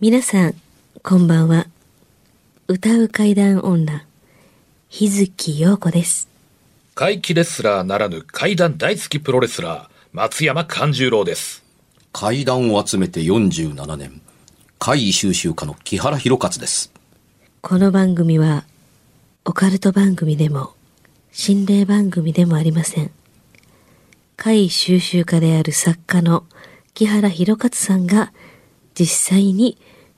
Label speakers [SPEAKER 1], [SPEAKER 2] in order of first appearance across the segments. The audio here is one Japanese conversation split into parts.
[SPEAKER 1] 皆さん、こんばんは。歌う階段女、日月陽子です。
[SPEAKER 2] 怪奇レスラーならぬ怪談大好きプロレスラー、松山勘十郎です。
[SPEAKER 3] 怪談を集めて47年。怪異収集家の木原博勝です。
[SPEAKER 1] この番組は、オカルト番組でも、心霊番組でもありません。会収集家である作家の木原博勝さんが、実際に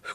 [SPEAKER 2] 不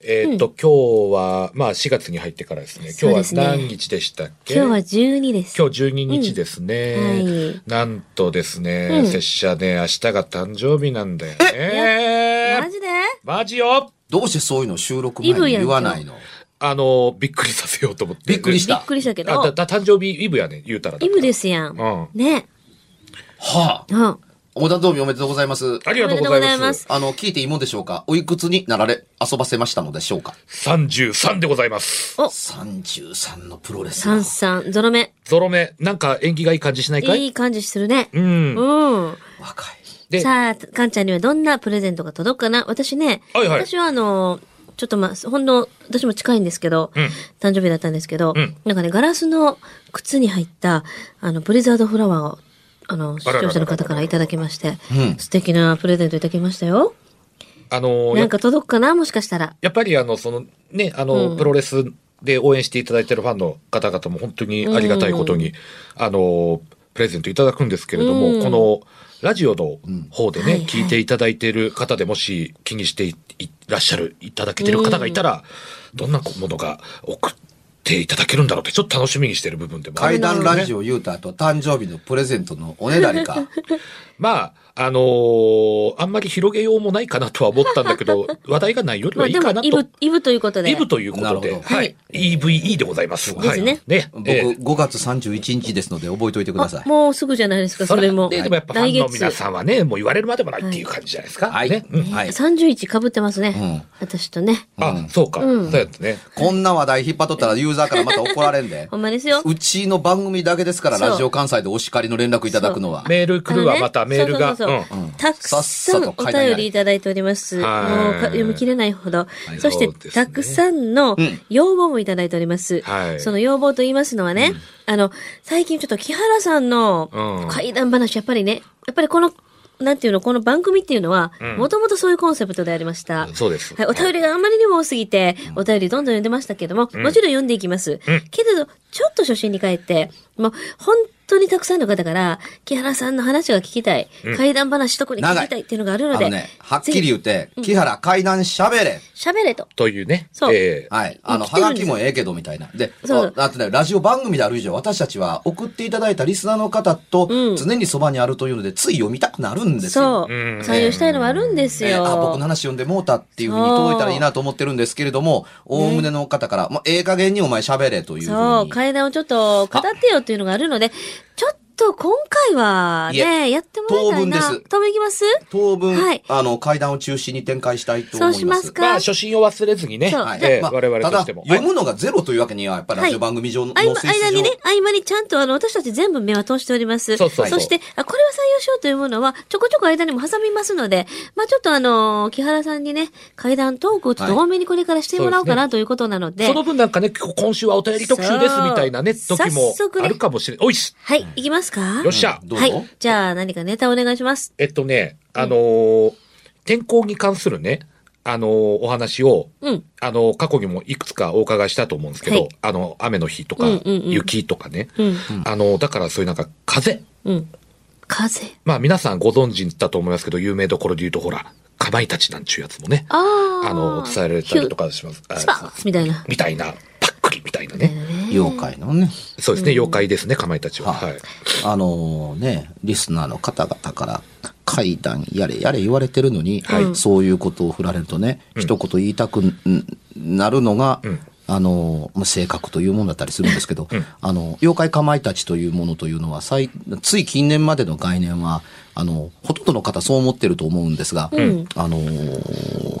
[SPEAKER 2] えーっと、今日は、まあ4月に入ってからですね。今
[SPEAKER 1] そうです
[SPEAKER 2] 日
[SPEAKER 1] ね
[SPEAKER 2] は何日でしたっけ
[SPEAKER 1] 今日は12です
[SPEAKER 2] 今日12日ですね。
[SPEAKER 1] うんはい
[SPEAKER 2] なんとですね、
[SPEAKER 1] うん
[SPEAKER 2] 拙者ね、明日が誕生日なんだよね。
[SPEAKER 1] マジで
[SPEAKER 2] マジよ
[SPEAKER 3] どうしてそういうの収録前に言わないの
[SPEAKER 2] あの、びっくりさせようと思って。
[SPEAKER 3] びっくりし
[SPEAKER 1] び
[SPEAKER 3] た
[SPEAKER 1] っくりしたけ
[SPEAKER 2] あだ
[SPEAKER 1] ど
[SPEAKER 2] だ誕生日イブやね、言うたらだ
[SPEAKER 1] イ
[SPEAKER 2] から。
[SPEAKER 1] ブですやん、
[SPEAKER 2] うん
[SPEAKER 1] ね
[SPEAKER 3] はあ。
[SPEAKER 1] うん
[SPEAKER 3] お誕生日おめでとうございます。
[SPEAKER 2] ありがとうござ
[SPEAKER 1] おめでとうござい
[SPEAKER 2] い
[SPEAKER 1] ま
[SPEAKER 2] ますす。
[SPEAKER 3] あの、聞いていいもんでしょうかおいくつになられ、遊ばせましたのでしょうか
[SPEAKER 2] 33でございます。
[SPEAKER 3] ?33 のプロレスラ
[SPEAKER 1] 三
[SPEAKER 3] ー。
[SPEAKER 1] 三ゾロ目
[SPEAKER 2] ゾロ目、なんか縁起がいい感じしないかい
[SPEAKER 1] いい感じするね
[SPEAKER 2] うん。
[SPEAKER 1] うん、
[SPEAKER 3] 若い。
[SPEAKER 2] で、
[SPEAKER 1] さあかんちゃんにはどんなプレゼントが届くかな私ね、
[SPEAKER 2] はいはい
[SPEAKER 1] 私はあのちょっとまあほんの私も近いんですけど、
[SPEAKER 2] うん。
[SPEAKER 1] 誕生日だったんですけど、
[SPEAKER 2] うん
[SPEAKER 1] なんかね、ガラスの靴に入った、あの、ブリザードフラワーを、あの、視
[SPEAKER 2] あららら
[SPEAKER 1] 聴者の方からいただきまして、
[SPEAKER 3] うん
[SPEAKER 1] 素敵なプレゼントいただきましたよ。
[SPEAKER 2] あのー
[SPEAKER 1] なんか届くかなもしかしたら。
[SPEAKER 2] やっぱりあの、そのね、あの、
[SPEAKER 1] うん
[SPEAKER 2] プロレスで応援していただいてるファンの方々も本当にありがたいことに、あの、プレゼントいただくんですけれども、
[SPEAKER 1] うん
[SPEAKER 2] この、ラジオの方でね、
[SPEAKER 1] はいはい
[SPEAKER 2] 聞いていただいている方でもし気にしていいらっしゃる、いただけてる方がいたら、どんなものが送っていただけるんだろうって、ちょっと楽しみにしてる部分でもある
[SPEAKER 3] 怪談ラジオ言うた後、誕生日のプレゼントのおねだりか。
[SPEAKER 2] まあ、あのーあんまり広げようもないかなとは思ったんだけ ど、話題がないより
[SPEAKER 1] ま
[SPEAKER 2] は
[SPEAKER 1] あ、
[SPEAKER 2] いい
[SPEAKER 1] で
[SPEAKER 2] か
[SPEAKER 1] も
[SPEAKER 2] な、
[SPEAKER 1] イ
[SPEAKER 2] と
[SPEAKER 1] ブ。、イブということで。
[SPEAKER 2] イブというこ
[SPEAKER 3] なる
[SPEAKER 2] と
[SPEAKER 3] ほ
[SPEAKER 2] で、
[SPEAKER 3] ど
[SPEAKER 2] はい。EVE でございます。
[SPEAKER 1] すね
[SPEAKER 2] はい。ね。
[SPEAKER 3] 僕、
[SPEAKER 2] えー
[SPEAKER 3] 5月31日ですので覚えておいてくださ
[SPEAKER 1] あ
[SPEAKER 3] い。
[SPEAKER 1] もうすぐじゃないですか、それも。
[SPEAKER 2] ねでもやっぱファ
[SPEAKER 1] 来
[SPEAKER 2] ンの
[SPEAKER 1] 月
[SPEAKER 2] 皆。さんはね、もう言われるまでもないっていう感じじゃないですか。
[SPEAKER 3] はい
[SPEAKER 2] ねうん
[SPEAKER 3] はい。
[SPEAKER 1] 31被ってますね。
[SPEAKER 3] う
[SPEAKER 1] 私とね。
[SPEAKER 2] あ、そうか。
[SPEAKER 1] うん
[SPEAKER 2] そうやってね。
[SPEAKER 3] こんな話題引っ張っとったらユーザーからまた怒られんで
[SPEAKER 1] ほ。んまですよ。
[SPEAKER 3] うちの番組だけですから、
[SPEAKER 1] そう
[SPEAKER 3] ラジオ関西でお叱りの連絡いただくのは。
[SPEAKER 2] メール来る
[SPEAKER 1] あの
[SPEAKER 2] わ、
[SPEAKER 1] ね
[SPEAKER 2] またメール
[SPEAKER 1] そ
[SPEAKER 2] が。
[SPEAKER 1] うそうそうそう
[SPEAKER 3] うん
[SPEAKER 1] たく
[SPEAKER 3] さっ
[SPEAKER 1] さ
[SPEAKER 3] さ
[SPEAKER 1] ん
[SPEAKER 3] と
[SPEAKER 1] お
[SPEAKER 3] 書いてない
[SPEAKER 1] 便りいただいております。もう
[SPEAKER 2] は
[SPEAKER 1] か
[SPEAKER 2] い
[SPEAKER 1] 読み切れないほど。
[SPEAKER 2] い
[SPEAKER 1] そして、
[SPEAKER 2] そうですね
[SPEAKER 1] たくさんの
[SPEAKER 3] うん
[SPEAKER 1] 要望もいただいております。
[SPEAKER 2] はい
[SPEAKER 1] その要望と言いますのはね、あの、最近ちょっと木原さんの
[SPEAKER 2] うん
[SPEAKER 1] 怪談話、やっぱりね、やっぱりこの、なんていうの、この番組っていうのは、
[SPEAKER 2] ん
[SPEAKER 1] もともとそういうコンセプトでありました。
[SPEAKER 2] うんそうです
[SPEAKER 1] はい、お便りがあまりにも多すぎて、お便りどんどん読んでましたけども、もちろん読んでいきます。けれど、ちょっと初心に帰って、もう、本当にたくさんの方から、木原さんの話が聞きたい、怪談話特に聞きたいっていうのがあるの
[SPEAKER 3] あの
[SPEAKER 1] で、
[SPEAKER 3] ね、はっきり言って、木原階段喋れ。
[SPEAKER 1] 喋れと。
[SPEAKER 2] というね。
[SPEAKER 1] そう
[SPEAKER 2] えー
[SPEAKER 3] はい。あの、
[SPEAKER 1] 来て
[SPEAKER 3] は
[SPEAKER 1] るん
[SPEAKER 3] が
[SPEAKER 1] です
[SPEAKER 3] きもええけどみたいな。で、
[SPEAKER 1] そう
[SPEAKER 3] ああとね、ラジオ番組である以上、私たちは送っていただいたリスナーの方と
[SPEAKER 1] うん
[SPEAKER 3] 常にそばにあるというので、つい読みたくなるんです
[SPEAKER 1] そ
[SPEAKER 3] よ。
[SPEAKER 1] う。
[SPEAKER 2] うん
[SPEAKER 1] 採用したいのはあるんです
[SPEAKER 3] え
[SPEAKER 1] よ。
[SPEAKER 3] あ、僕の話読んでもうたっていうふうに届いたらいいなと思ってるんですけれども、おおむねの方から、もうええ加減にお前喋れというふうに。
[SPEAKER 1] そう、階段をちょっと語ってよっていうのがあるので、ちょっと今回はいね、やってもらいたいな。
[SPEAKER 3] 当分です
[SPEAKER 1] 当分いきます
[SPEAKER 3] 当分、
[SPEAKER 1] はい
[SPEAKER 3] あの、階段を中心に展開したいと思い
[SPEAKER 1] そう
[SPEAKER 3] ます。
[SPEAKER 1] しますか。
[SPEAKER 2] まあ、初心を忘れずにね。
[SPEAKER 1] そう
[SPEAKER 3] はい。
[SPEAKER 2] えー
[SPEAKER 3] まあ
[SPEAKER 2] 我々
[SPEAKER 3] た
[SPEAKER 2] と
[SPEAKER 3] だ、
[SPEAKER 2] しても。
[SPEAKER 3] 読むのがゼロというわけには、やっぱり
[SPEAKER 1] はい
[SPEAKER 3] ラジオ番組上の
[SPEAKER 1] 合
[SPEAKER 3] の
[SPEAKER 1] 間
[SPEAKER 3] 性質
[SPEAKER 1] 間
[SPEAKER 3] 上
[SPEAKER 1] にね、合間にちゃんとあの、私たち全部目は通しております。
[SPEAKER 2] そうそうそう
[SPEAKER 1] して、あ、これは採用しようというものは、ちょこちょこ間にも挟みますので、まあちょっとあの、木原さんにね、階段トークをちょっと
[SPEAKER 3] は
[SPEAKER 1] 多めにこれからしてもらおうかなということなので、
[SPEAKER 2] その分なんかね、こ今週はお便り特集ですみたいなね、
[SPEAKER 1] そう
[SPEAKER 2] 時も
[SPEAKER 1] 早速ね
[SPEAKER 2] あるかもしれない。おいし
[SPEAKER 1] はい、いきますか
[SPEAKER 2] よっしゃ
[SPEAKER 3] どうぞ。
[SPEAKER 1] はい。じゃあ、何かネタお願いします。
[SPEAKER 2] えっとね、あのー天候に関するね、あの、お話を、
[SPEAKER 1] うん。
[SPEAKER 2] あの、過去にもいくつかお伺いしたと思うんですけど、
[SPEAKER 1] はい
[SPEAKER 2] あの、雨の日とか、
[SPEAKER 1] うんうんうん
[SPEAKER 2] 雪とかね、
[SPEAKER 1] うん。
[SPEAKER 2] あの、だからそういうなんか風。
[SPEAKER 1] うん。風。
[SPEAKER 2] まあ皆さんご存知だと思いますけど、有名どころで言うとほら、かまいたちなんちゅうやつもね、
[SPEAKER 1] ああ。
[SPEAKER 2] あの、伝えられたりと
[SPEAKER 1] か。
[SPEAKER 2] かします。あ
[SPEAKER 1] スパッみたいな。
[SPEAKER 2] みたいな、パックリみたいな
[SPEAKER 1] みたい
[SPEAKER 2] ね。
[SPEAKER 1] なね。
[SPEAKER 3] 妖怪のね、
[SPEAKER 2] そうですね、妖怪ですね、かまいたちは。
[SPEAKER 3] は
[SPEAKER 2] はいい。
[SPEAKER 3] あのね、リスナーの方々から、階段やれやれ言われてるのに、
[SPEAKER 1] はい
[SPEAKER 3] そういうことを振られるとね、一言言いたくなるのが、
[SPEAKER 2] うん
[SPEAKER 3] あの、まあ性格というものだったりするんですけど、あの、妖怪かまいたちというものというのは、最つい近年までの概念は、あの、ほとんどの方そう思ってると思うんですが、
[SPEAKER 1] ん
[SPEAKER 3] あのー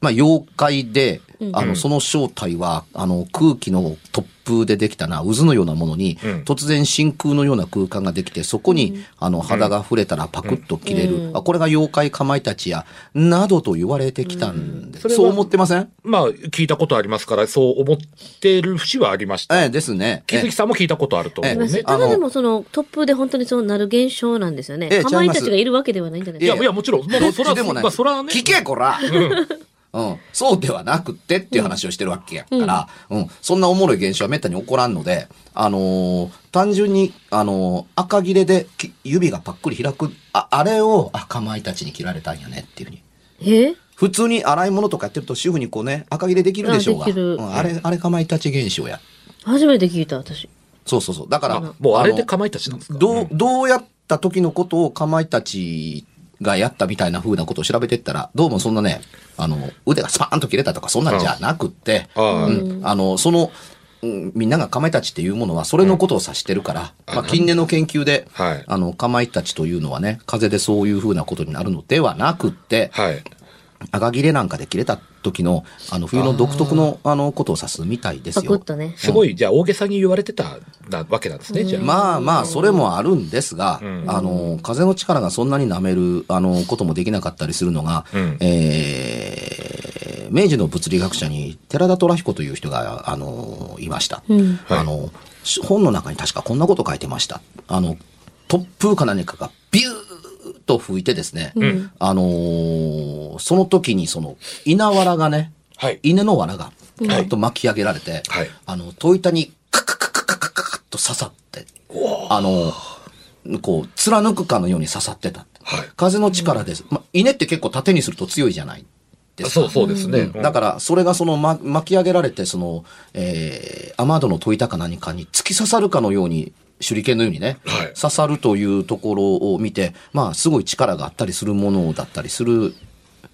[SPEAKER 3] まあ、妖怪で、あの、その正体は、あの、空気の突風でできたな、渦のようなものに、
[SPEAKER 2] うん
[SPEAKER 3] 突然真空のような空間ができて、そこに、あの、肌が触れたらパクッと切れる。あこれが妖怪かまいたちや、などと言われてきたんで、
[SPEAKER 2] それは
[SPEAKER 3] そう思ってません
[SPEAKER 2] まあ、聞いたことありますから、そう思ってる節はありました。
[SPEAKER 3] ええ、ですね。
[SPEAKER 2] 木月さんも聞いたことあると思
[SPEAKER 1] いうま
[SPEAKER 2] ね。
[SPEAKER 1] す
[SPEAKER 3] ええ
[SPEAKER 1] ただでもその突風で本当にそうなる現象なんですよね
[SPEAKER 3] え。え
[SPEAKER 1] かまい
[SPEAKER 3] ちゃい
[SPEAKER 1] た
[SPEAKER 3] ま
[SPEAKER 1] ち
[SPEAKER 3] す
[SPEAKER 1] がいるわけではないんじゃない
[SPEAKER 2] い
[SPEAKER 1] です
[SPEAKER 2] や、
[SPEAKER 1] か。
[SPEAKER 2] いや、もちろん、まあ
[SPEAKER 3] どっ
[SPEAKER 2] そ
[SPEAKER 3] ち
[SPEAKER 2] ら
[SPEAKER 3] でもない
[SPEAKER 2] まあ、そらね。
[SPEAKER 3] 聞けこら、うん、そうではなくてっていう話をしてるわけやから、うんそんなおもろい現象はめったに起こらんので、あのー単純に、あのー赤切れでき指がパックリ開くああれをあかまいたちに切られたんやねっていうふうに
[SPEAKER 1] え
[SPEAKER 3] 普通に洗い物とかやってると主婦にこうね赤切れできるでしょうが
[SPEAKER 1] あできる
[SPEAKER 3] うんあれあれかまいたち現象や
[SPEAKER 1] 初めて聞いた、私。
[SPEAKER 3] そうそうそうだから
[SPEAKER 2] もうあれで
[SPEAKER 3] の
[SPEAKER 2] かまいたちなんですか
[SPEAKER 3] どう、どうやった時のことをかまいたちがやったみたいな風なことを調べてったら、どうもそんなね、あの、腕がスパーンと切れたとかそんなんじゃなくって、
[SPEAKER 2] ああ
[SPEAKER 3] うんあの、その、うんみんながかまいたちっていうものはそれのことを指してるから、
[SPEAKER 2] うん
[SPEAKER 3] まあ
[SPEAKER 2] あ
[SPEAKER 3] 近年の研究で、
[SPEAKER 2] はい
[SPEAKER 3] あの、かまいたちというのはね、風でそういう風なことになるのではなくって、
[SPEAKER 2] はい。
[SPEAKER 3] 赤切れなんかで切れた時の、あの、冬の独特の、あの、ことを指すみたいです
[SPEAKER 1] パ
[SPEAKER 3] よ。
[SPEAKER 1] クッとね。
[SPEAKER 2] すごい、じゃあ、大げさに言われてたなわけなんですね、じゃあ。
[SPEAKER 3] まあまあ、それもあるんですが、
[SPEAKER 2] うん
[SPEAKER 3] あの、風の力がそんなに舐める、あの、こともできなかったりするのが、
[SPEAKER 2] うん
[SPEAKER 3] えー明治の物理学者に寺田虎彦という人が、あの、いました。
[SPEAKER 1] うん。
[SPEAKER 2] はい
[SPEAKER 3] あの、し本の中に確かこんなこと書いてました。あの、突風か何かがビューッと吹いてですね、
[SPEAKER 1] うん
[SPEAKER 3] あの、その時にその、稲わらがね、
[SPEAKER 2] はい。
[SPEAKER 3] 稲の藁が、
[SPEAKER 2] ん
[SPEAKER 3] ガッと巻き上げられて、
[SPEAKER 2] はい
[SPEAKER 3] あの、戸板にカカカカカカカカッと刺さって、あの、こう、貫くかのように刺さってたって。
[SPEAKER 2] はい
[SPEAKER 3] 風の力です。ま、稲って結構縦にすると強いじゃないですか。
[SPEAKER 2] そうそうですね。
[SPEAKER 3] だから、それがその、ま、巻き上げられて、その、えー、雨戸の問いたか何かに突き刺さるかのように、手裏剣のようにね、
[SPEAKER 2] はい
[SPEAKER 3] 刺さるというところを見て、まあ、すごい力があったりするものだったりする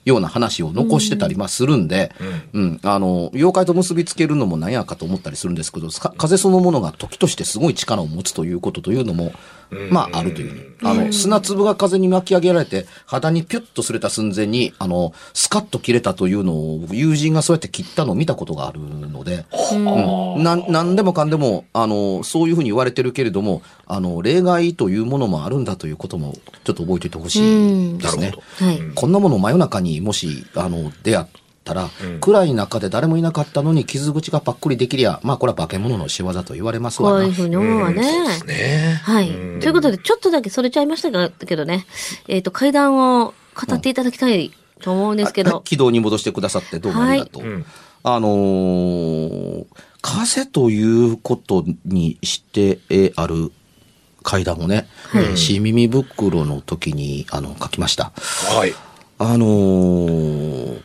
[SPEAKER 3] ような話を残してたりまあするんで、うん、あの、妖怪と結びつけるのもなんやかと思ったりするんですけど、か風そのものが時としてすごい力を持つということというのも、まあ、あるというふうに。あの、砂粒が風に巻き上げられて、肌にピュッと擦れた寸前に、あの、スカッと切れたというのを、僕友人がそうやって切ったのを見たことがあるので、うん、な何でもかんでも、あの、そういうふうに言われてるけれども、あの、例外というものもあるんだということも、ちょっと覚えておいてほしいです
[SPEAKER 2] うんな
[SPEAKER 3] ね
[SPEAKER 2] るほ。
[SPEAKER 1] はい。
[SPEAKER 3] こんなもの真夜中にもし、あの、出会ったら、暗い中で誰もいなかったのに傷口がパックリできりゃ、まあこれは化け物の仕業と言われます
[SPEAKER 1] こ
[SPEAKER 3] わ
[SPEAKER 1] う
[SPEAKER 3] な
[SPEAKER 1] いう。ふうに思うわね。
[SPEAKER 2] ね
[SPEAKER 1] はい。ということで、ちょっとだけそれちゃいましたがけどね、えっ、と、階段を語っていただきたいと思うんですけ
[SPEAKER 3] はい
[SPEAKER 1] ど、
[SPEAKER 3] 軌道に戻してくださってどうもありがとう。
[SPEAKER 2] はいうん
[SPEAKER 3] あのー風ということにしてえある階段をね、しみみ袋の時にあの書きました。
[SPEAKER 2] はい。
[SPEAKER 3] あのー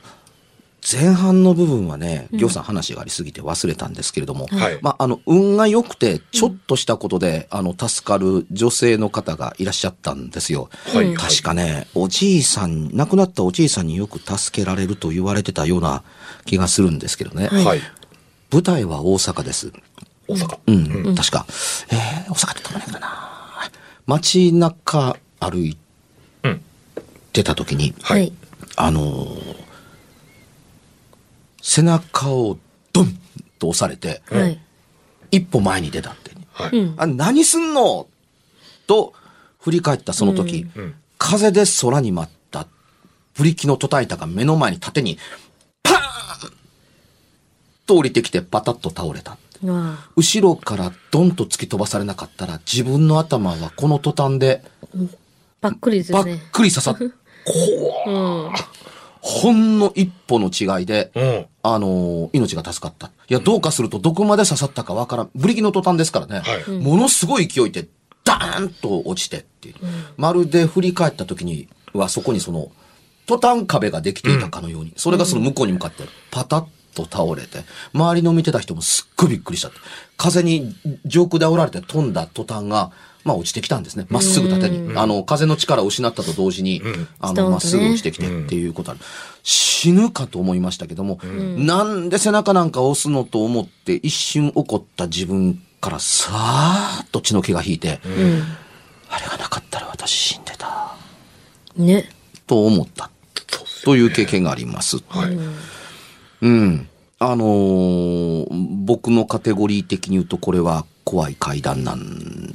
[SPEAKER 3] 前半の部分はね、りょうさん話がありすぎて忘れたんですけれども、
[SPEAKER 2] はい
[SPEAKER 3] まあ、あの、運が良くて、ちょっとしたことで、あの、助かる女性の方がいらっしゃったんですよ。
[SPEAKER 2] はいはい
[SPEAKER 3] 確かね、おじいさん、亡くなったおじいさんによく助けられると言われてたような気がするんですけどね。
[SPEAKER 2] はい。
[SPEAKER 3] 舞台は大阪です。
[SPEAKER 2] 大阪。
[SPEAKER 3] うん、確か。えー、大阪ってどこなんかな街中歩い
[SPEAKER 2] うん。
[SPEAKER 3] てた時に、
[SPEAKER 2] はい。
[SPEAKER 3] あのー背中をドンと押されて、
[SPEAKER 1] はい。はい。
[SPEAKER 3] 一歩前に出たって。
[SPEAKER 2] は
[SPEAKER 1] う
[SPEAKER 2] い。
[SPEAKER 1] ん。
[SPEAKER 3] あ、何すんのと、振り返ったその時、
[SPEAKER 2] うんうん
[SPEAKER 3] 風で空に舞った、ブリキの叩いたが目の前に縦に、パーンと降りてきてパタッと倒れた。
[SPEAKER 1] あ
[SPEAKER 3] 後ろからドンと突き飛ばされなかったら、自分の頭はこの途端で、
[SPEAKER 1] ばっくりです
[SPEAKER 3] ばっ
[SPEAKER 1] ね。
[SPEAKER 3] くり刺さっ
[SPEAKER 1] うん。
[SPEAKER 3] ほんの一歩の違いで、
[SPEAKER 2] うん。
[SPEAKER 3] あのー命が助かった。いや、どうかするとどこまで刺さったかわからん。ブリキの途端ですから
[SPEAKER 2] は
[SPEAKER 3] ね。
[SPEAKER 2] い
[SPEAKER 3] ものすごい勢いで、ダーンと落ちてっていう。まるで振り返った時には、そこにその、途端壁ができていたかのように、それがその向こうに向かって、パタッと倒れて、周りの見てた人もすっごいびっくりしたって。風に上空で煽られて飛んだ途端が、まあ落ちてきたんですね。まっすぐ縦に。あの、風の力を失ったと同時に、あ
[SPEAKER 1] ストーンと
[SPEAKER 3] の、
[SPEAKER 1] ね
[SPEAKER 3] まっすぐ落ちてきてっていうことある。死ぬかと思いましたけども、なんで背中なんか押すのと思って一瞬起こった自分からさーっと血の気が引いて、あれがなかったら私死んでた、
[SPEAKER 1] うん。ね。
[SPEAKER 3] と思った。
[SPEAKER 2] そうっすよ
[SPEAKER 3] という経験があります。
[SPEAKER 2] はい。
[SPEAKER 3] うん。あのー僕のカテゴリー的に言うとこれは怖い階段なん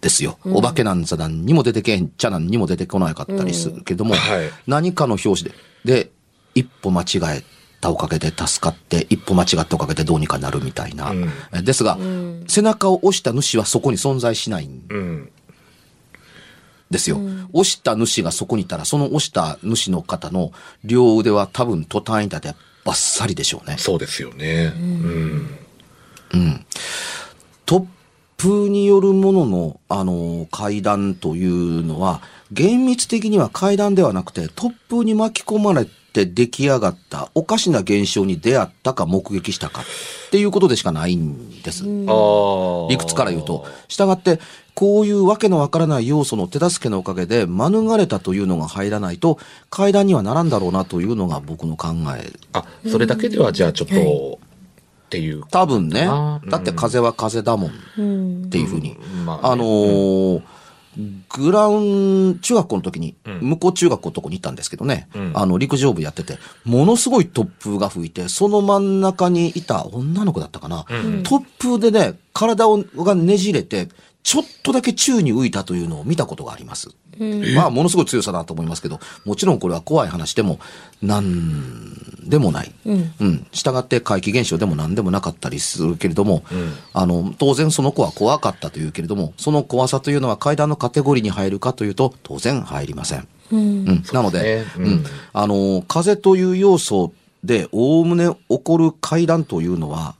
[SPEAKER 3] ですよ。お化けなんざなんにも出てけん、茶なんにも出てこなかったりするけども、
[SPEAKER 2] うんはい
[SPEAKER 3] 何かの表紙で、で、一歩間違えたおかげで助かって、一歩間違ったおかげでどうにかなるみたいな。えですが、背中を押した主はそこに存在しないん
[SPEAKER 2] うん。
[SPEAKER 3] ですよ。押した主がそこにいたら、その押した主の方の両腕は多分途端板でバッサリでしょうね。
[SPEAKER 2] そうですよね。うん。
[SPEAKER 3] 突風によるものの、あの、階段というのは、厳密的には階段ではなくて、突風に巻き込まれて出来上がったおかしな現象に出会ったか目撃したかっていうことでしかないんです。
[SPEAKER 2] ああ。
[SPEAKER 3] 理屈から言うと。従って、こういうわけのわからない要素の手助けのおかげで免れたというのが入らないと階段にはならんだろうなというのが僕の考え
[SPEAKER 2] あ、それだけではじゃあちょっと、
[SPEAKER 1] はい
[SPEAKER 2] っていう。
[SPEAKER 3] 多分ね
[SPEAKER 2] あ。ー
[SPEAKER 3] だって風は風だもん
[SPEAKER 1] う
[SPEAKER 3] っ
[SPEAKER 1] ん。
[SPEAKER 3] ていうふうに。
[SPEAKER 2] うんまあ
[SPEAKER 3] あ
[SPEAKER 2] ね
[SPEAKER 3] のーグラウン、中学校の時に、
[SPEAKER 2] ん
[SPEAKER 3] 向こう中学校のとこに行ったんですけどね、
[SPEAKER 2] うん
[SPEAKER 3] あの、陸上部やってて、ものすごい突風が吹いて、その真ん中にいた女の子だったかな、突風でね、体をがねじれて、ちょっとだけ宙に浮いたというのを見たことがあります。まあ、ものすごい強さだと思いますけど、もちろんこれは怖い話でも、なんでもない。
[SPEAKER 1] うん。
[SPEAKER 3] うん、従って怪奇現象でも何でもなかったりするけれども、あの当然その子は怖かったというけれどもその怖さというのは階段のカテゴリーに入るかというと当然入りません、
[SPEAKER 1] うん
[SPEAKER 3] うん、なの
[SPEAKER 2] そう
[SPEAKER 3] で
[SPEAKER 2] です
[SPEAKER 3] う
[SPEAKER 2] ね
[SPEAKER 3] ん、あの風という要素でおおむね起こる階段というのは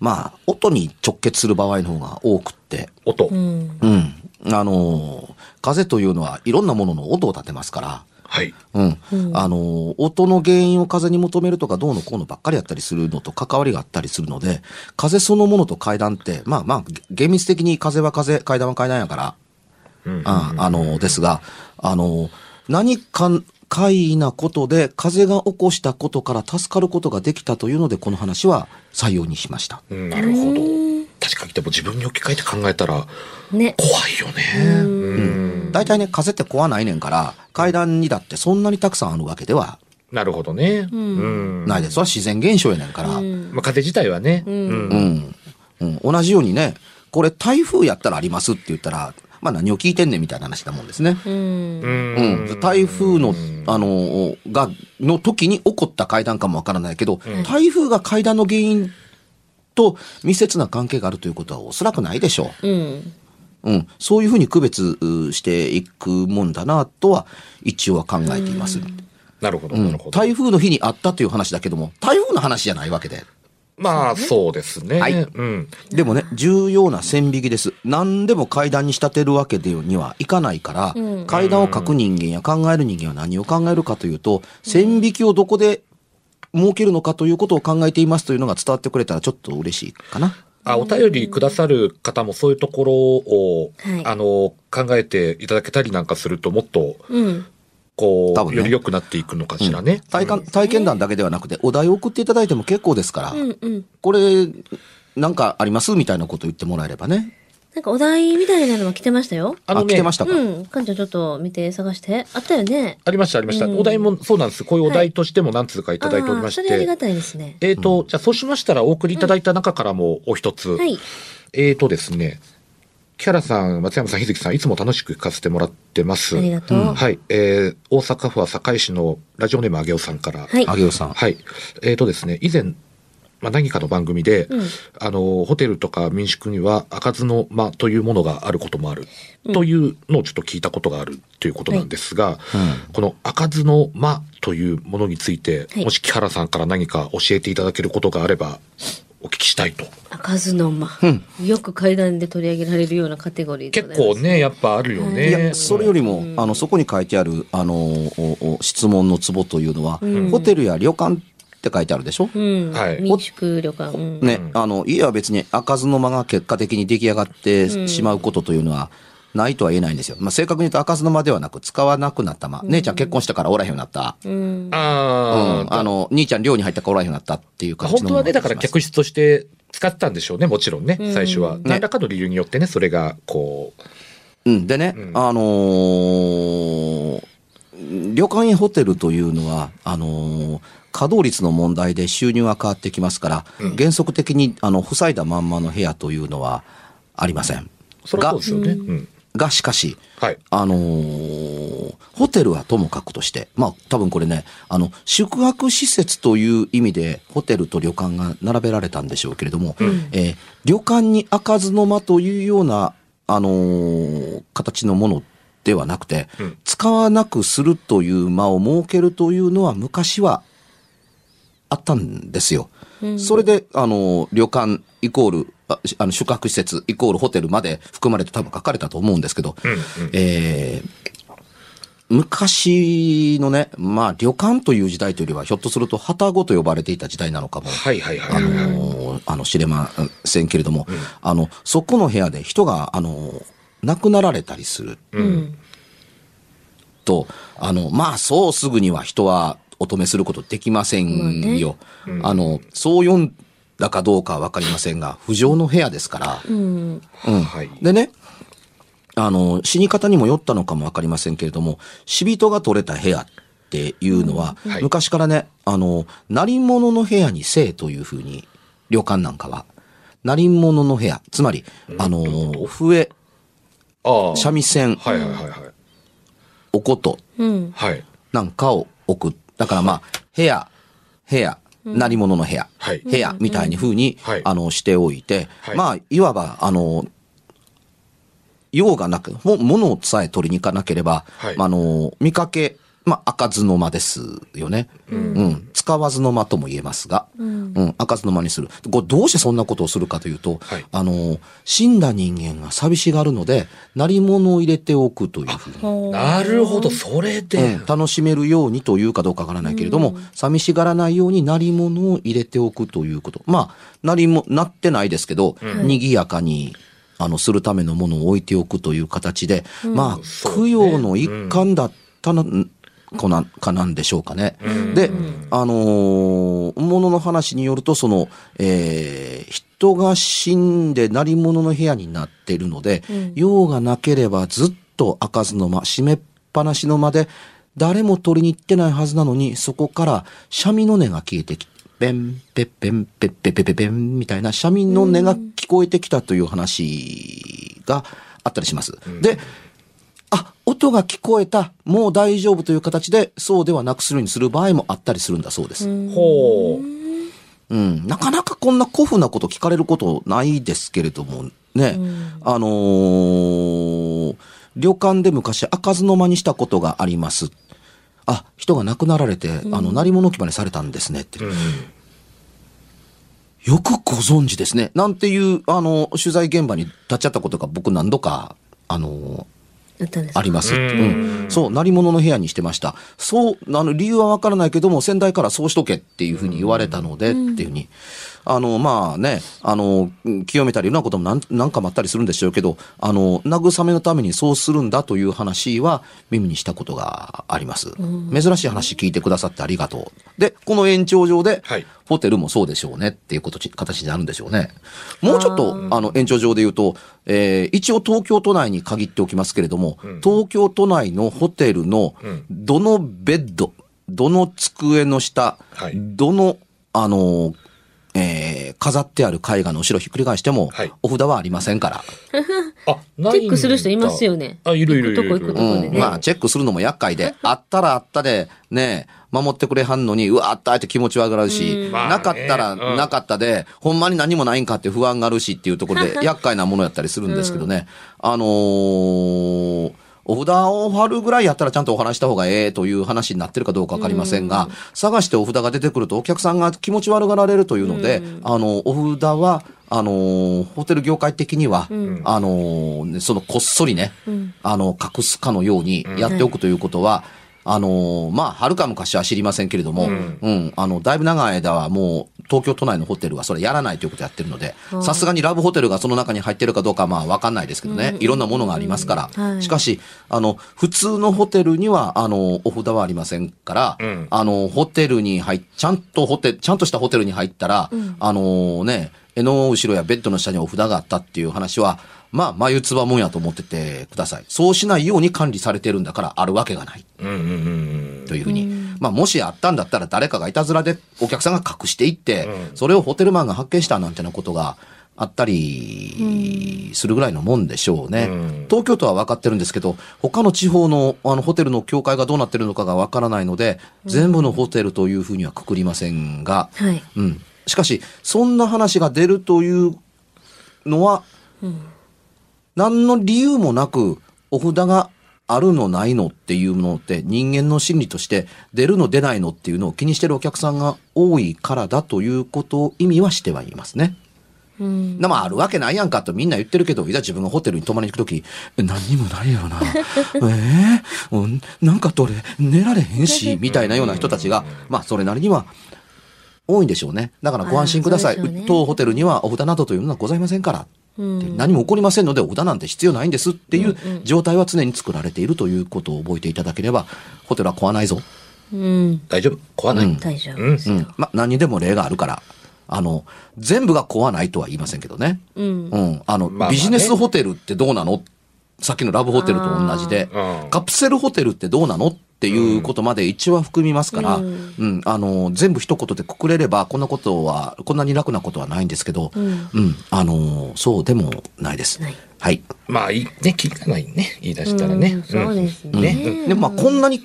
[SPEAKER 3] まあ音に直結する場合の方が多くって、
[SPEAKER 2] 音。
[SPEAKER 1] うん。
[SPEAKER 3] うん、あの風というのはいろんなものの音を立てますから。
[SPEAKER 2] はい。
[SPEAKER 3] うん、あの音の原因を風に求めるとかどうのこうのばっかりやったりするのと関わりがあったりするので風そのものと階段ってまあまあげ厳密的に風は風階段は階段やから、
[SPEAKER 2] うん
[SPEAKER 3] ああのですがあの何か怪異なことで風が起こしたことから助かることができたというのでこの話は採用にしました。
[SPEAKER 2] うんなるほど。確かにでも自分に置き換えて考えたら、
[SPEAKER 1] ね。
[SPEAKER 2] 怖いよね。うん。
[SPEAKER 3] 大体ね風って怖ないねんから階段にだってそんなにたくさんあるわけでは
[SPEAKER 2] なるほどね。うん。
[SPEAKER 3] ないです。それは自然現象やねんから。
[SPEAKER 2] まあ、風自体はね。うん
[SPEAKER 3] うん。うん、同じようにね、これ台風やったらありますって言ったら、まあ何を聞いてんねんみたいな話だもんですね。
[SPEAKER 1] うん。
[SPEAKER 2] うん
[SPEAKER 3] うん。台風の、あの、が、の時に起こった会談かもわからないけど、台風が会談の原因と密接な関係があるということはおそらくないでしょう。
[SPEAKER 1] うん。
[SPEAKER 3] うん、そういうふうに区別うしていくもんだなとは一応は考えています。
[SPEAKER 2] なるほど、
[SPEAKER 3] う
[SPEAKER 2] なんるほ、ど。
[SPEAKER 3] 台風の日にあったという話だけども、台風の話じゃないわけで。
[SPEAKER 2] まあ、そうですね。
[SPEAKER 3] はい
[SPEAKER 2] うん。
[SPEAKER 3] でもね、重要な線引きです。何でも階段に仕立てるわけでにはいかないから、階段を書く人間や考える人間は何を考えるかというと、線引きをどこで設けるのかということを考えていますというのが伝わってくれたらちょっと嬉しいかな。
[SPEAKER 2] あ、お便りくださる方もそういうところを、
[SPEAKER 1] はい
[SPEAKER 2] あの、考えていただけたりなんかすると、もっと、
[SPEAKER 1] うん。
[SPEAKER 2] こ
[SPEAKER 3] 多
[SPEAKER 2] う、
[SPEAKER 3] 分ね
[SPEAKER 2] より良くなっていくのかしらね。
[SPEAKER 3] 体感体験談だけではなくて、お題を送っていただいても結構ですから、
[SPEAKER 1] うん。うん。
[SPEAKER 3] これ、なんかありますみたいなことを言ってもらえればね。
[SPEAKER 1] なんかお題みたいなのも来てましたよ。
[SPEAKER 2] あの
[SPEAKER 3] あ、来
[SPEAKER 2] ね、
[SPEAKER 3] てましたか、
[SPEAKER 1] うん。かんちゃんちょっと見て探して。あったよね。
[SPEAKER 2] ありました、ありました。お題もそうなんです。こういうお題としても何通かいただいておりまし
[SPEAKER 1] あーそれありが
[SPEAKER 2] て。
[SPEAKER 1] たいですね。
[SPEAKER 2] えっと、じゃあそうしましたらお送りいただいた中からもお一つ
[SPEAKER 1] は。い。
[SPEAKER 2] えーとですね、キャラさん、松山さん、秀樹さん、いつも楽しく聞かせてもらってます。
[SPEAKER 1] ありがとう
[SPEAKER 2] はい。えー大阪府は堺市のラジオネームあげおさんから。
[SPEAKER 1] はい。
[SPEAKER 3] あげおさん。
[SPEAKER 2] はい。えーとですね、以前、まあ、何かの番組で、あのホテルとか民宿には開かずの間というものがあることもある、というのをちょっと聞いたことがあるということなんですが、この開かずの間というものについて、
[SPEAKER 1] はい
[SPEAKER 2] もし木原さんから何か教えていただけることがあればお聞きしたいと。
[SPEAKER 1] 開かずの間、よく階段で取り上げられるようなカテゴリーでご
[SPEAKER 2] 結
[SPEAKER 1] ざいます
[SPEAKER 2] 構ねやっぱあるよね。
[SPEAKER 3] いやそれよりも、あのそこに書いてあるあのおお質問のツボというのは、ホテルや旅館って書いてあるでしょ、
[SPEAKER 1] うん
[SPEAKER 2] はい
[SPEAKER 1] 民宿旅館、うん
[SPEAKER 3] ねあの家は別に開かずの間が結果的に出来上がってしまうことというのはないとは言えないんですよ、まあ、正確に言うと開かずの間ではなく使わなくなった間、姉ちゃん結婚したからおらへんようになった、
[SPEAKER 1] うん
[SPEAKER 2] あー、
[SPEAKER 3] うんあの兄ちゃん寮に入ったからおらへんようになったっていう形の
[SPEAKER 2] 本当はねだから
[SPEAKER 3] に
[SPEAKER 2] 客室として使ってたんでしょうねもちろんね
[SPEAKER 1] うん
[SPEAKER 2] 最初は、何らかの理由によってねそれがこう
[SPEAKER 3] うん、でね、
[SPEAKER 2] うん
[SPEAKER 3] あのー旅館やホテルというのは、あのー稼働率の問題で収入が変わってきますから、原則的に、あの、塞いだまんまの部屋というのはありません。
[SPEAKER 2] それはそうですよね、うん
[SPEAKER 3] が、しかし、
[SPEAKER 2] はい
[SPEAKER 3] あのーホテルはともかくとして、まあ多分これね、あの、宿泊施設という意味でホテルと旅館が並べられたんでしょうけれども、えー旅館に開かずの間というような、あのー形のものではなくて、
[SPEAKER 2] うん
[SPEAKER 3] 使わなくするという間を設けるというのは昔はあったんですよ。それで、あの、旅館イコール、あしあの宿泊施設イコールホテルまで含まれて多分書かれたと思うんですけど、えー昔のね、まあ旅館という時代というよりは、ひょっとすると旅籠と呼ばれていた時代なのかも。
[SPEAKER 2] はいはいは
[SPEAKER 3] あ
[SPEAKER 2] いはいはい、
[SPEAKER 3] のーあの、知れませんけれども、あの、そこの部屋で人が、あのー亡くなられたりする
[SPEAKER 1] うん
[SPEAKER 3] と、あの、まあ、そうすぐには人はお止めすることできませんよ。あの、そう読んだかどうかはわかりませんが、不浄の部屋ですから。
[SPEAKER 1] うん
[SPEAKER 3] うん
[SPEAKER 2] はい
[SPEAKER 3] でね、あの、死に方にもよったのかもわかりませんけれども、死人が取れた部屋っていうのは、
[SPEAKER 2] はい
[SPEAKER 3] 昔からね、あの、なり物の部屋に生というふうに、旅館なんかは、なり物の部屋、つまり、あの、笛、
[SPEAKER 2] ああ
[SPEAKER 3] 三味線、
[SPEAKER 2] はいはいはいはい
[SPEAKER 3] お琴、
[SPEAKER 1] うん
[SPEAKER 2] はい
[SPEAKER 3] なんかを置く。だからまあ、部屋、部屋、なり物の部屋、
[SPEAKER 2] はい
[SPEAKER 3] 部屋みたいに風に、
[SPEAKER 2] はい
[SPEAKER 3] あの、しておいて、
[SPEAKER 2] はい
[SPEAKER 3] まあ、いわば、あの、用がなく、も、物をさえ取りに行かなければ、
[SPEAKER 2] はい
[SPEAKER 3] まああの、見かけ、まあ、開かずの間ですよね。うん。使わずの間とも言えますが、うん。開かずの間にする。これどうしてそんなことをするかというと、
[SPEAKER 2] はい
[SPEAKER 3] あの、死んだ人間が寂しがるので、なり物を入れておくというふうに。
[SPEAKER 2] なるほどそれで、
[SPEAKER 3] うん楽しめるようにというかどうかわからないけれども、寂しがらないようになり物を入れておくということまあなりもなってないですけど、賑やかにあのするためのものを置いておくという形で、まあ
[SPEAKER 2] そう
[SPEAKER 3] 供
[SPEAKER 2] ね
[SPEAKER 3] 養の一環だったな、こなかなんでしょうかね。で、あのーものの話によると、その、えー人が死んで鳴り物の部屋になっているので、用がなければずっと開かずの間、閉めっぱなしの間で、誰も取りに行ってないはずなのに、そこから、シャミの音が消えてき、ペン、ペッペン、ペッペペペペンみたいな、シャミの音が聞こえてきたという話があったりします。で、あ、音が聞こえた、もう大丈夫という形で、そうではなくするようにする場合もあったりするんだそうです。うん。
[SPEAKER 2] ほう
[SPEAKER 3] なかなかこんな古風なこと聞かれることないですけれどもね。あのー旅館で昔開かずの間にしたことがあります。あ、人が亡くなられて、あの、鳴り物置き場にされたんですねって。よくご存知ですね。なんていう、あの、取材現場に立ち会ったことが僕何度か、あの、
[SPEAKER 1] あったんです
[SPEAKER 3] あ
[SPEAKER 1] か
[SPEAKER 3] ります。
[SPEAKER 2] う
[SPEAKER 3] うんん。そう、鳴り物の部屋にしてました。そう、あの、理由はわからないけども、先代からそうしとけっていうふうに言われたので、っていうふうに。あの、まあね、あの、うん清めたり、いうようなこともなん、なんかもあったりするんでしょうけど、あの、慰めのためにそうするんだという話は耳にしたことがあります。珍しい話聞いてくださってありがとう。で、この延長上で、
[SPEAKER 2] はい
[SPEAKER 3] ホテルもそうでしょうねっていうことち、形になるんでしょうね。もうちょっと、あの、延長上で言うと、えー一応東京都内に限っておきますけれども、東京都内のホテルの、どのベッド、どの机の下、
[SPEAKER 2] はい
[SPEAKER 3] どの、あのーえー飾ってある絵画の後ろひっくり返しても、
[SPEAKER 2] はい
[SPEAKER 3] お札はありませんから。
[SPEAKER 2] あ、ないんだ
[SPEAKER 1] チェックする人いますよね。
[SPEAKER 2] あ、いるいるいるいる。
[SPEAKER 1] 行くとこ行くとこで
[SPEAKER 3] うん、
[SPEAKER 1] ね
[SPEAKER 3] まあ、チェックするのも厄介 で、あったらあったで、ね、守ってくれはんのに、うわ、あったって気持ちは上がるし、
[SPEAKER 2] ん
[SPEAKER 3] なかった
[SPEAKER 2] まあ
[SPEAKER 3] ら
[SPEAKER 2] ねうん
[SPEAKER 3] なかったで、ほんまに何もないんかって不安があるしっていうところ で、厄介なものやったりするんですけどね。あのーお札を貼るぐらいやったらちゃんとお話しした方がええという話になってるかどうかわかりませんが、探してお札が出てくるとお客さんが気持ち悪がられるというので、あの、お札は、あのーホテル業界的には、あのーねそのこっそりね、あの、隠すかのようにやっておくということは、あのーまあ、はるか昔は知りませんけれども、うん、あの、だいぶ長い間はもう、東京都内のホテルはそれやらないということをやってるので、さすがにラブホテルがその中に入ってるかどうかはまあ、わかんないですけどね、いろんなものがありますから、
[SPEAKER 1] うんはい
[SPEAKER 3] しかし、あの、普通のホテルには、あの、お札はありませんから、
[SPEAKER 2] うん
[SPEAKER 3] あの、ホテルに入っ、ちゃんとホテル、ちゃんとしたホテルに入ったら、あのね、絵の後ろやベッドの下にお札があったっていう話は、まあ、眉唾もんやと思っててください。そうしないように管理されてるんだから、あるわけがない。
[SPEAKER 2] うんうんうん
[SPEAKER 3] というふうに。まあ、もしあったんだったら、誰かがいたずらでお客さんが隠していって、それをホテルマンが発見したなんてなことが、あったりするぐらいのもんでしょうね。
[SPEAKER 2] うん
[SPEAKER 3] 東京都は分かってるんですけど、他の地方のあのホテルの境界がどうなってるのかが分からないので、全部のホテルというふうにはくくりませんが、
[SPEAKER 1] はい。
[SPEAKER 3] うん、しかしそんな話が出るというのは、何の理由もなくお札があるのないのっていうのって人間の心理として出るの出ないのっていうのを気にしてるお客さんが多いからだということを意味はしてはいますね。
[SPEAKER 1] うん。
[SPEAKER 3] なまあ、あるわけないやんかとみんな言ってるけど、いざ自分がホテルに泊まりに行くとき、え何にもないや ろな。ええうんなんかと俺、寝られへんし、みたいなような人たちが、まあ、それなりには、多いんでしょうね。だからご安心ください。
[SPEAKER 1] ああそうでしょうね
[SPEAKER 3] 当ホテルにはお札などというのはございませんから。って何も起こりませんので、お札なんて必要ないんですっていう状態は常に作られているということを覚えていただければ、ホテルは壊ないぞ。
[SPEAKER 1] うん。
[SPEAKER 2] 大丈夫壊ない。
[SPEAKER 3] うん
[SPEAKER 1] 大丈夫です
[SPEAKER 3] う
[SPEAKER 1] よ。
[SPEAKER 3] ん。まあ、何にでも例があるから。あの、全部が壊ないとは言いませんけどね。
[SPEAKER 1] うん。
[SPEAKER 3] うん、あの、
[SPEAKER 2] まあまあね
[SPEAKER 3] ビジネスホテルってどうなのさっきのラブホテルと同じで、
[SPEAKER 2] うん
[SPEAKER 3] カプセルホテルってどうなのっていうことまで一話含みますから、う
[SPEAKER 1] うんん、
[SPEAKER 3] あの、全部一言でくくれれば、こんなことは、こんなに楽なことはないんですけど、うん、あの、そうでもないです。
[SPEAKER 1] ない
[SPEAKER 3] はい。
[SPEAKER 2] まあ、いいね、切りがないね。言い出したらね。
[SPEAKER 1] うんそうです
[SPEAKER 2] うん
[SPEAKER 1] ね
[SPEAKER 2] ね。
[SPEAKER 3] で、まあ、こんなに、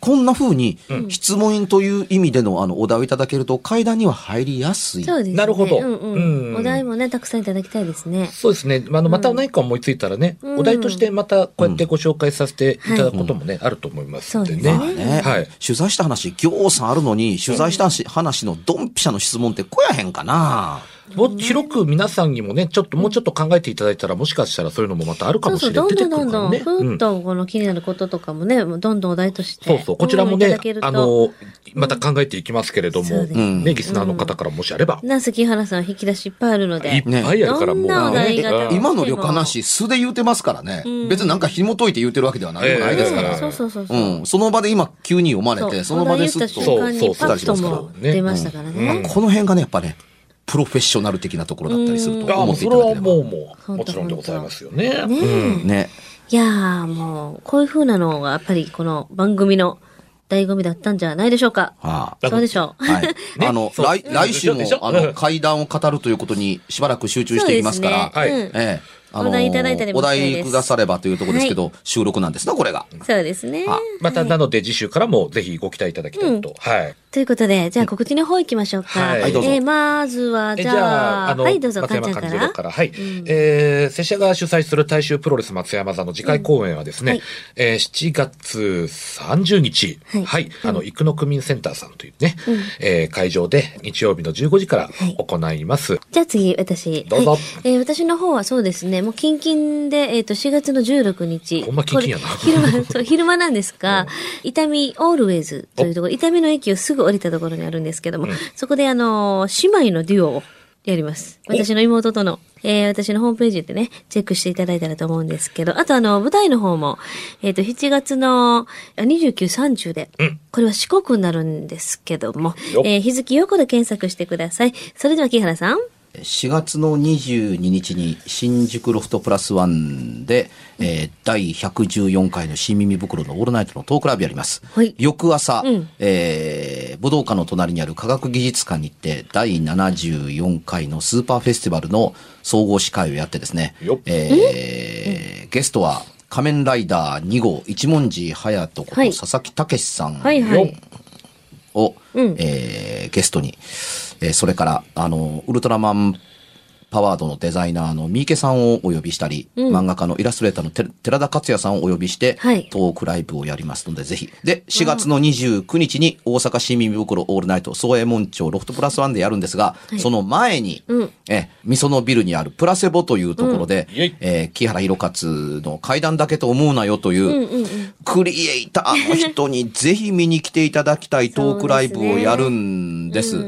[SPEAKER 3] こんな風に、質問員という意味での、あの、お題をいただけると、階段には入りやすい。
[SPEAKER 1] そうですね。
[SPEAKER 2] なるほど
[SPEAKER 1] うんう
[SPEAKER 2] うん
[SPEAKER 1] ん。お題もね、たくさんいただきたいですね。
[SPEAKER 2] そうですね。あの、また何か思いついたらね、
[SPEAKER 1] うん
[SPEAKER 2] お題としてまたこうやってご紹介させていただくこともね、あると思いますんでね。
[SPEAKER 1] そう
[SPEAKER 3] まあ
[SPEAKER 1] です
[SPEAKER 3] ね、
[SPEAKER 2] はい。
[SPEAKER 3] 取材した話、ぎょうさんあるのに、取材した話話のドンピシャの質問ってこやへんかな。
[SPEAKER 2] も広く皆さんにもね、ちょっともうちょっと考えていただいたら、もしかしたらそういうのもまたあるか
[SPEAKER 1] そ
[SPEAKER 2] も
[SPEAKER 1] う
[SPEAKER 2] し
[SPEAKER 1] そう、
[SPEAKER 2] れな
[SPEAKER 1] ど
[SPEAKER 2] い。
[SPEAKER 1] んどんど
[SPEAKER 2] 出てくるか
[SPEAKER 1] んど
[SPEAKER 2] ら
[SPEAKER 1] ん、
[SPEAKER 2] ね。う
[SPEAKER 1] ふっ
[SPEAKER 2] ん
[SPEAKER 1] とこの気になることとかもね、もうどんどんお題として。
[SPEAKER 2] そうそう、こちら
[SPEAKER 1] う
[SPEAKER 2] も
[SPEAKER 1] んい
[SPEAKER 2] ね
[SPEAKER 1] ただけ、ると
[SPEAKER 2] あの、また考えていきますけれど
[SPEAKER 1] そう
[SPEAKER 2] も、
[SPEAKER 1] です
[SPEAKER 3] ね
[SPEAKER 2] ね、リスナーの方からもしあれば、
[SPEAKER 1] なす木原さん引き出しいっぱいあるので。
[SPEAKER 2] いっぱいあるからもう、
[SPEAKER 1] ねどんなお題が
[SPEAKER 2] うん
[SPEAKER 1] 出て
[SPEAKER 3] 今の旅館話、素で言うてますからね。
[SPEAKER 1] ん
[SPEAKER 3] 別になんか紐解いて言うてるわけでは何もないですから。
[SPEAKER 2] ええ
[SPEAKER 1] そうそうそうそうう。
[SPEAKER 3] ん、その場で今急に読まれて、その場です
[SPEAKER 1] 言
[SPEAKER 3] っ
[SPEAKER 1] った
[SPEAKER 3] と。
[SPEAKER 1] 瞬間
[SPEAKER 2] そう
[SPEAKER 1] に
[SPEAKER 2] そ
[SPEAKER 1] パ
[SPEAKER 2] う
[SPEAKER 1] ッとも
[SPEAKER 2] そう
[SPEAKER 1] 出ましたから
[SPEAKER 2] うん
[SPEAKER 1] ね。
[SPEAKER 3] この辺がね、やっぱね、プロフェッショナル的なところだったりすると
[SPEAKER 2] あ
[SPEAKER 3] 思
[SPEAKER 2] もう
[SPEAKER 3] ってい
[SPEAKER 2] そ
[SPEAKER 3] た
[SPEAKER 2] れ
[SPEAKER 3] だけ
[SPEAKER 2] は
[SPEAKER 3] れ
[SPEAKER 2] もう
[SPEAKER 3] ば。
[SPEAKER 2] もう、
[SPEAKER 1] 本当
[SPEAKER 2] もちろんでございますよね。
[SPEAKER 1] ね
[SPEAKER 2] うん
[SPEAKER 3] ね。
[SPEAKER 1] いやーもう、こういう風なのがやっぱりこの番組の醍醐味だったんじゃないでしょうか。
[SPEAKER 3] はあ。
[SPEAKER 1] そうでしょう。
[SPEAKER 3] はい。
[SPEAKER 2] ね
[SPEAKER 3] あの、
[SPEAKER 2] そう
[SPEAKER 3] 来、来週も
[SPEAKER 2] でし、ょ
[SPEAKER 3] あ
[SPEAKER 2] う
[SPEAKER 3] の、
[SPEAKER 2] ん
[SPEAKER 3] 階段を語るということにしばらく集中していきますから、
[SPEAKER 2] はい
[SPEAKER 1] うん
[SPEAKER 3] ええ。あの
[SPEAKER 1] お題いただいたり
[SPEAKER 3] お
[SPEAKER 1] もしたいです
[SPEAKER 3] 題くださればというところですけど、収録なんですな、これが。
[SPEAKER 1] そうですね。
[SPEAKER 3] あ
[SPEAKER 2] また、なので次週からもぜひご期待いただきたいと。はい。
[SPEAKER 1] ということで、じゃあ告知の方行きましょうか。
[SPEAKER 2] はい
[SPEAKER 3] はいどうぞ
[SPEAKER 1] えーまずは、
[SPEAKER 2] え
[SPEAKER 1] じゃあ、はい、どうぞ、
[SPEAKER 2] 松
[SPEAKER 1] かんち
[SPEAKER 2] 山
[SPEAKER 1] ゃんか
[SPEAKER 2] 勘
[SPEAKER 1] ら。
[SPEAKER 2] 次郎から。はい。えー、拙者が主催する大衆プロレス松山座の次回公演はですね、
[SPEAKER 1] うんはい
[SPEAKER 2] えー7月30日、は、
[SPEAKER 1] はいい
[SPEAKER 2] あの、生野区民センターさんというね、えー会場で日曜日の15時から
[SPEAKER 1] はい
[SPEAKER 2] 行います。
[SPEAKER 1] じゃあ次、私。
[SPEAKER 2] どうぞ
[SPEAKER 1] はいえー私の方はそうですね、もう近々で、えっ、と、4月の16日。
[SPEAKER 2] ほんま近々やな
[SPEAKER 1] これ 昼間、そう、昼間なんですが、伊丹オールウェイズというところ、伊丹の駅をすぐ降りたところにあるんですけども、そこであのー姉妹のデュオをやります。私の妹との、えー私のホームページでね、チェックしていただいたらと思うんですけど、あとあの、舞台の方も、えっ、と、7月のあ29、30で、これは四国になるんですけども
[SPEAKER 2] よっ、
[SPEAKER 1] えー日付よこで検索してください。それでは、木原さん。
[SPEAKER 3] 4月の22日に新宿ロフトプラスワンで、えー第114回の新耳袋のオールナイトのトークライブやります。
[SPEAKER 1] はい
[SPEAKER 3] 翌朝、
[SPEAKER 1] うん
[SPEAKER 3] えー武道館の隣にある科学技術館に行って、第74回のスーパーフェスティバルの総合司会をやってですね、
[SPEAKER 2] よっ
[SPEAKER 3] えーゲストは仮面ライダー2号、一文字隼人こと
[SPEAKER 1] はい
[SPEAKER 3] 佐々木武さん
[SPEAKER 1] はいは
[SPEAKER 2] よ
[SPEAKER 1] い。
[SPEAKER 3] を、
[SPEAKER 1] うん
[SPEAKER 3] えーゲストに、えーそれからあのウルトラマンパワードのデザイナーの三池さんをお呼びしたり、漫画家のイラストレーターのて寺田克也さんをお呼びして、
[SPEAKER 1] はい
[SPEAKER 3] トークライブをやりますのでぜひで4月の29日に大阪市民袋オールナイト総右衛門町ロフトプラスワンでやるんですが、その前に、
[SPEAKER 1] うん
[SPEAKER 3] えみそのビルにあるプラセボというところで、
[SPEAKER 2] うんイエイ
[SPEAKER 3] えー木原弘勝の階段だけと思うなよという、クリエイターの人にぜひ見に来ていただきたいトークライブをやるんです。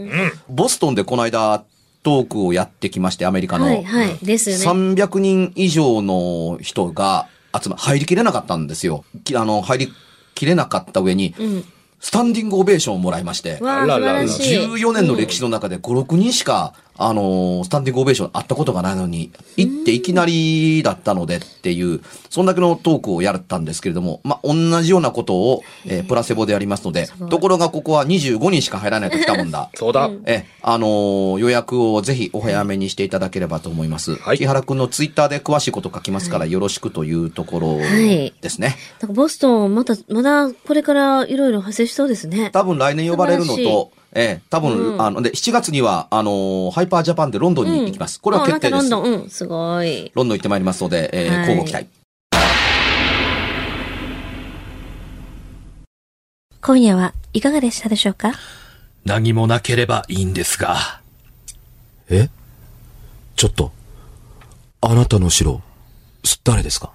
[SPEAKER 3] ボストンでこの間トークをやってきまして、アメリカの。
[SPEAKER 1] はいはいですよね
[SPEAKER 3] 300人以上の人が集ま、入りきれなかったんですよ。きあの、入りきれなかった上に、
[SPEAKER 1] ん
[SPEAKER 3] スタンディングオベーションをもらいまして。
[SPEAKER 1] わあ、
[SPEAKER 2] あら
[SPEAKER 1] 素晴
[SPEAKER 2] らら。
[SPEAKER 1] らしい。
[SPEAKER 3] 14年の歴史の中で5、6人しか、あのースタンディングオベーションあったことがないのに、行っていきなりだったのでっていう、そんだけのトークをやったんですけれども、まあ、同じようなことを、えープラセボでやりますので、ところがここは25人しか入らないと来たもんだ
[SPEAKER 2] そうだ。
[SPEAKER 3] え、あのー予約をぜひお早めにしていただければと思います。
[SPEAKER 2] はい
[SPEAKER 3] 木原くんのツイッターで詳しいこと書きますから、よろしくというところですね。
[SPEAKER 1] なんかボストン、また、まだこれからいろいろ派生しそうですね。
[SPEAKER 3] 多分来年呼ばれるの
[SPEAKER 1] 素晴らし
[SPEAKER 3] と、ええ、多分、
[SPEAKER 1] うん
[SPEAKER 3] あの、で、7月には、あのーハイパージャパンでロンドンに行きます。これは決定です。
[SPEAKER 1] あ
[SPEAKER 3] ロ
[SPEAKER 1] な
[SPEAKER 3] ン
[SPEAKER 1] ん
[SPEAKER 3] ド
[SPEAKER 1] かロンドン、
[SPEAKER 3] ン
[SPEAKER 1] うん、すごい。
[SPEAKER 3] 行ってまいりますので、えー
[SPEAKER 1] はい
[SPEAKER 3] 交互期待。
[SPEAKER 1] 今夜はいかがでしたでしょうか
[SPEAKER 2] 何もなければいいんですが。
[SPEAKER 4] えちょっと。あなたの城、す誰ですか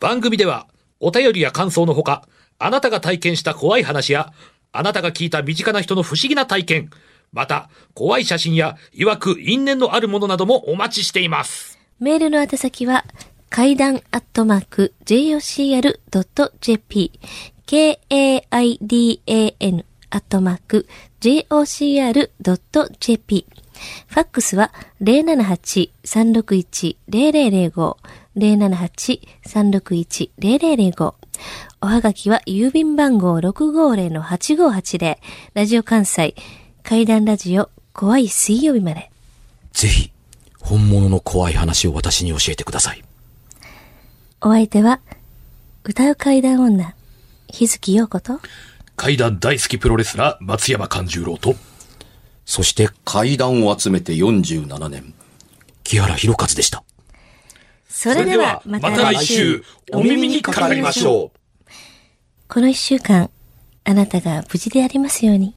[SPEAKER 2] 番組では、お便りや感想のほか、あなたが体験した怖い話や、あなたが聞いた身近な人の不思議な体験、また、怖い写真や、いわく因縁のあるものなどもお待ちしています。
[SPEAKER 1] メールの宛先は、階段アットマーク、jocr.jp、k-a-i-d-a-n アットマーク、jocr.jp。ファックスは、078-361-0005、078-361-0005。おはがきは、郵便番号650-8580、ラジオ関西、階段ラジオ、怖い水曜日まで。
[SPEAKER 4] ぜひ、本物の怖い話を私に教えてください。
[SPEAKER 1] お相手は、歌う階段女、日月陽子と、
[SPEAKER 2] 階段大好きプロレスラー、松山勘十郎と、
[SPEAKER 4] そして、
[SPEAKER 3] 階段を集めて47年。
[SPEAKER 4] 木原博一でした。
[SPEAKER 1] それではまた来週、
[SPEAKER 2] お耳にかかりましょう。
[SPEAKER 1] この一週間、あなたが無事でありますように。